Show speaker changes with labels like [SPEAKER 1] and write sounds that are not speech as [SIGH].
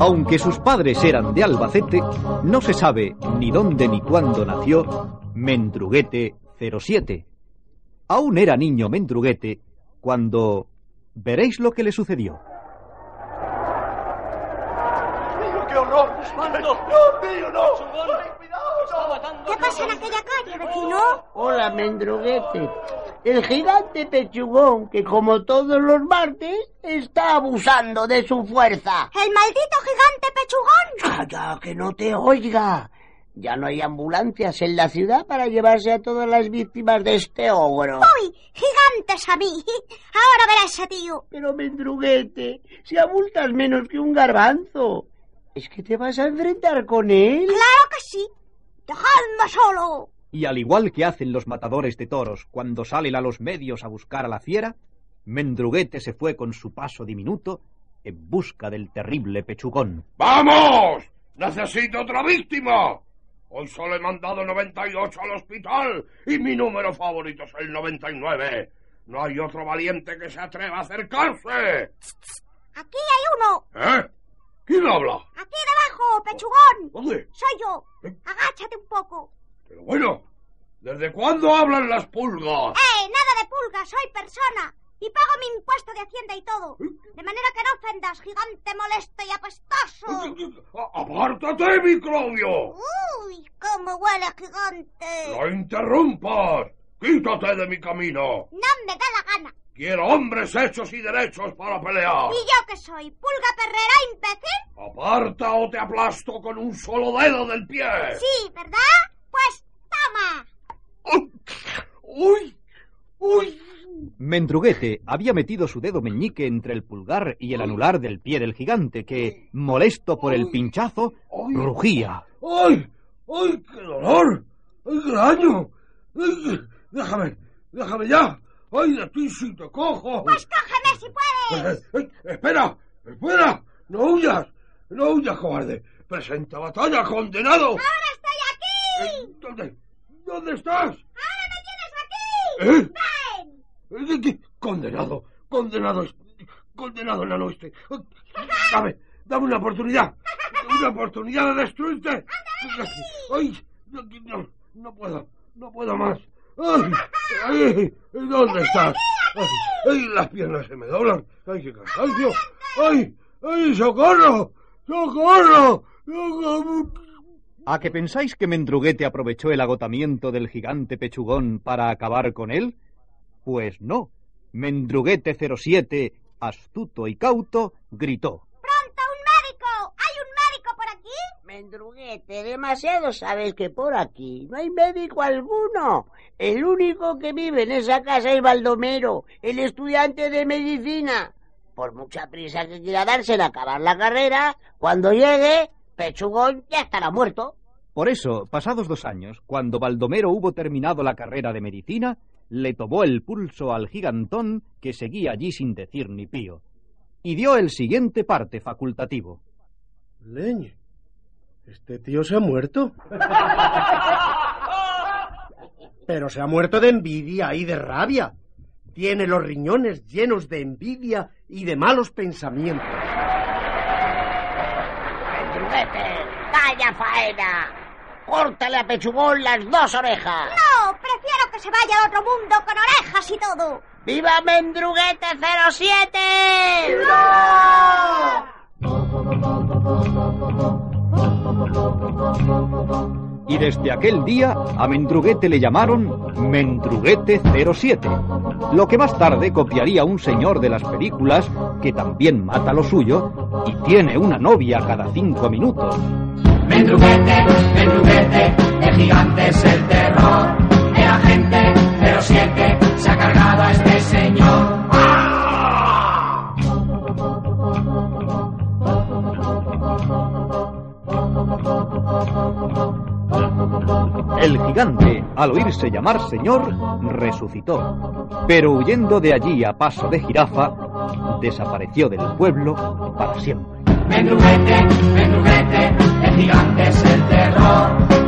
[SPEAKER 1] Aunque sus padres eran de Albacete, no se sabe ni dónde ni cuándo nació Mendruguete 07. Aún era niño Mendruguete cuando veréis lo que le sucedió.
[SPEAKER 2] ¡Qué horror!
[SPEAKER 3] ¡Espanto!
[SPEAKER 2] ¡No, mío, no!
[SPEAKER 3] ¡Chugón!
[SPEAKER 2] ¡Ay, cuidado!
[SPEAKER 3] Está matando.
[SPEAKER 4] ¿Qué pasa en aquella calle, vecino?
[SPEAKER 5] Hola, mendruguete. El gigante pechugón que, como todos los martes, está abusando de su fuerza.
[SPEAKER 4] ¡El maldito gigante pechugón!
[SPEAKER 5] ¡Calla, que no te oiga! Ya no hay ambulancias en la ciudad para llevarse a todas las víctimas de este ogro.
[SPEAKER 4] ¡Uy! ¡Gigantes a mí! [LAUGHS] Ahora verás a tío.
[SPEAKER 5] Pero, mendruguete, si abultas menos que un garbanzo, es que te vas a enfrentar con él.
[SPEAKER 4] ¡Claro que sí! ¡Dejadme solo!
[SPEAKER 1] Y al igual que hacen los matadores de toros cuando salen a los medios a buscar a la fiera, Mendruguete se fue con su paso diminuto en busca del terrible pechugón.
[SPEAKER 6] ¡Vamos! ¡Necesito otra víctima! Hoy solo he mandado 98 al hospital y mi número favorito es el 99. No hay otro valiente que se atreva a acercarse.
[SPEAKER 4] ¡Aquí hay uno!
[SPEAKER 6] ¿Eh? ¿Quién habla?
[SPEAKER 4] ¡Aquí debajo, pechugón!
[SPEAKER 6] ¿Dónde?
[SPEAKER 4] ¡Soy yo! ¡Agáchate un poco!
[SPEAKER 6] Pero bueno, ¿desde cuándo hablan las pulgas?
[SPEAKER 4] ¡Eh! ¡Nada de pulga! ¡Soy persona! Y pago mi impuesto de hacienda y todo. De manera que no ofendas, gigante molesto y apestoso.
[SPEAKER 6] ¡Apártate, microbio!
[SPEAKER 4] ¡Uy! ¡Cómo huele, gigante!
[SPEAKER 6] ¡No interrumpas! ¡Quítate de mi camino!
[SPEAKER 4] ¡No me da la gana!
[SPEAKER 6] Quiero hombres hechos y derechos para pelear.
[SPEAKER 4] ¿Y yo qué soy? ¿Pulga perrera, imbécil?
[SPEAKER 6] Aparta o te aplasto con un solo dedo del pie.
[SPEAKER 4] Sí, ¿verdad? Pues toma.
[SPEAKER 6] ¡Uy! ¡Uy!
[SPEAKER 1] Mendruguete había metido su dedo meñique entre el pulgar y el anular del pie del gigante que, molesto por el pinchazo, rugía.
[SPEAKER 6] ¡Ay! ¡Ay, qué dolor! ¡Ay, qué daño! ¡Ay, qué- déjame! ¡Déjame ya! ¡Ay, de ti si te cojo!
[SPEAKER 4] Pues cógeme si puedes.
[SPEAKER 6] Eh, eh, ¡Espera! ¡Espera! ¡No huyas! ¡No huyas, cobarde! ¡Presenta batalla, condenado!
[SPEAKER 4] ¡Ahora estoy aquí!
[SPEAKER 6] Eh, ¿Dónde? ¿Dónde estás?
[SPEAKER 4] ¡Ahora me tienes aquí!
[SPEAKER 6] ¿Eh?
[SPEAKER 4] ¡Ven!
[SPEAKER 6] Eh, eh, eh, ¡Condenado! ¡Condenado! ¡Condenado en la noche! ¡Dame! ¡Dame una oportunidad! ¡Una oportunidad de destruirte! ¡Ay! No, no, no puedo, no puedo más. ¡Ay! ay, ¿Dónde estás? ¡Ay! ay, Las piernas se me doblan. ¡Ay, qué cansancio! ¡Ay! ¡Ay, socorro! ¡Socorro! ¡Socorro!
[SPEAKER 1] ¿A que pensáis que Mendruguete aprovechó el agotamiento del gigante pechugón para acabar con él? Pues no. Mendruguete 07, astuto y cauto, gritó.
[SPEAKER 4] ¡Pronto, un médico! ¿Hay un médico por aquí?
[SPEAKER 5] Mendruguete, demasiado sabes que por aquí no hay médico alguno. El único que vive en esa casa es Baldomero, el estudiante de medicina. Por mucha prisa que quiera darse en acabar la carrera, cuando llegue, Pechugón ya estará muerto.
[SPEAKER 1] Por eso, pasados dos años, cuando Baldomero hubo terminado la carrera de medicina, le tomó el pulso al gigantón que seguía allí sin decir ni pío. Y dio el siguiente parte facultativo.
[SPEAKER 7] Leñe, este tío se ha muerto. Pero se ha muerto de envidia y de rabia. Tiene los riñones llenos de envidia y de malos pensamientos.
[SPEAKER 5] Mendruguete, vaya faena. Córtale a Pechugón las dos orejas.
[SPEAKER 4] No, prefiero que se vaya a otro mundo con orejas y todo.
[SPEAKER 5] ¡Viva Mendruguete 07!
[SPEAKER 1] Y desde aquel día a Mendruguete le llamaron Mendruguete 07, lo que más tarde copiaría un señor de las películas que también mata lo suyo y tiene una novia cada cinco minutos.
[SPEAKER 8] Mendruguete, mendruguete, el gigante es el terror. El agente 07 se ha cargado a este señor.
[SPEAKER 1] El gigante, al oírse llamar señor, resucitó, pero huyendo de allí a paso de jirafa, desapareció del pueblo para siempre.
[SPEAKER 8] Mendruguete, mendruguete, el gigante es el terror. este este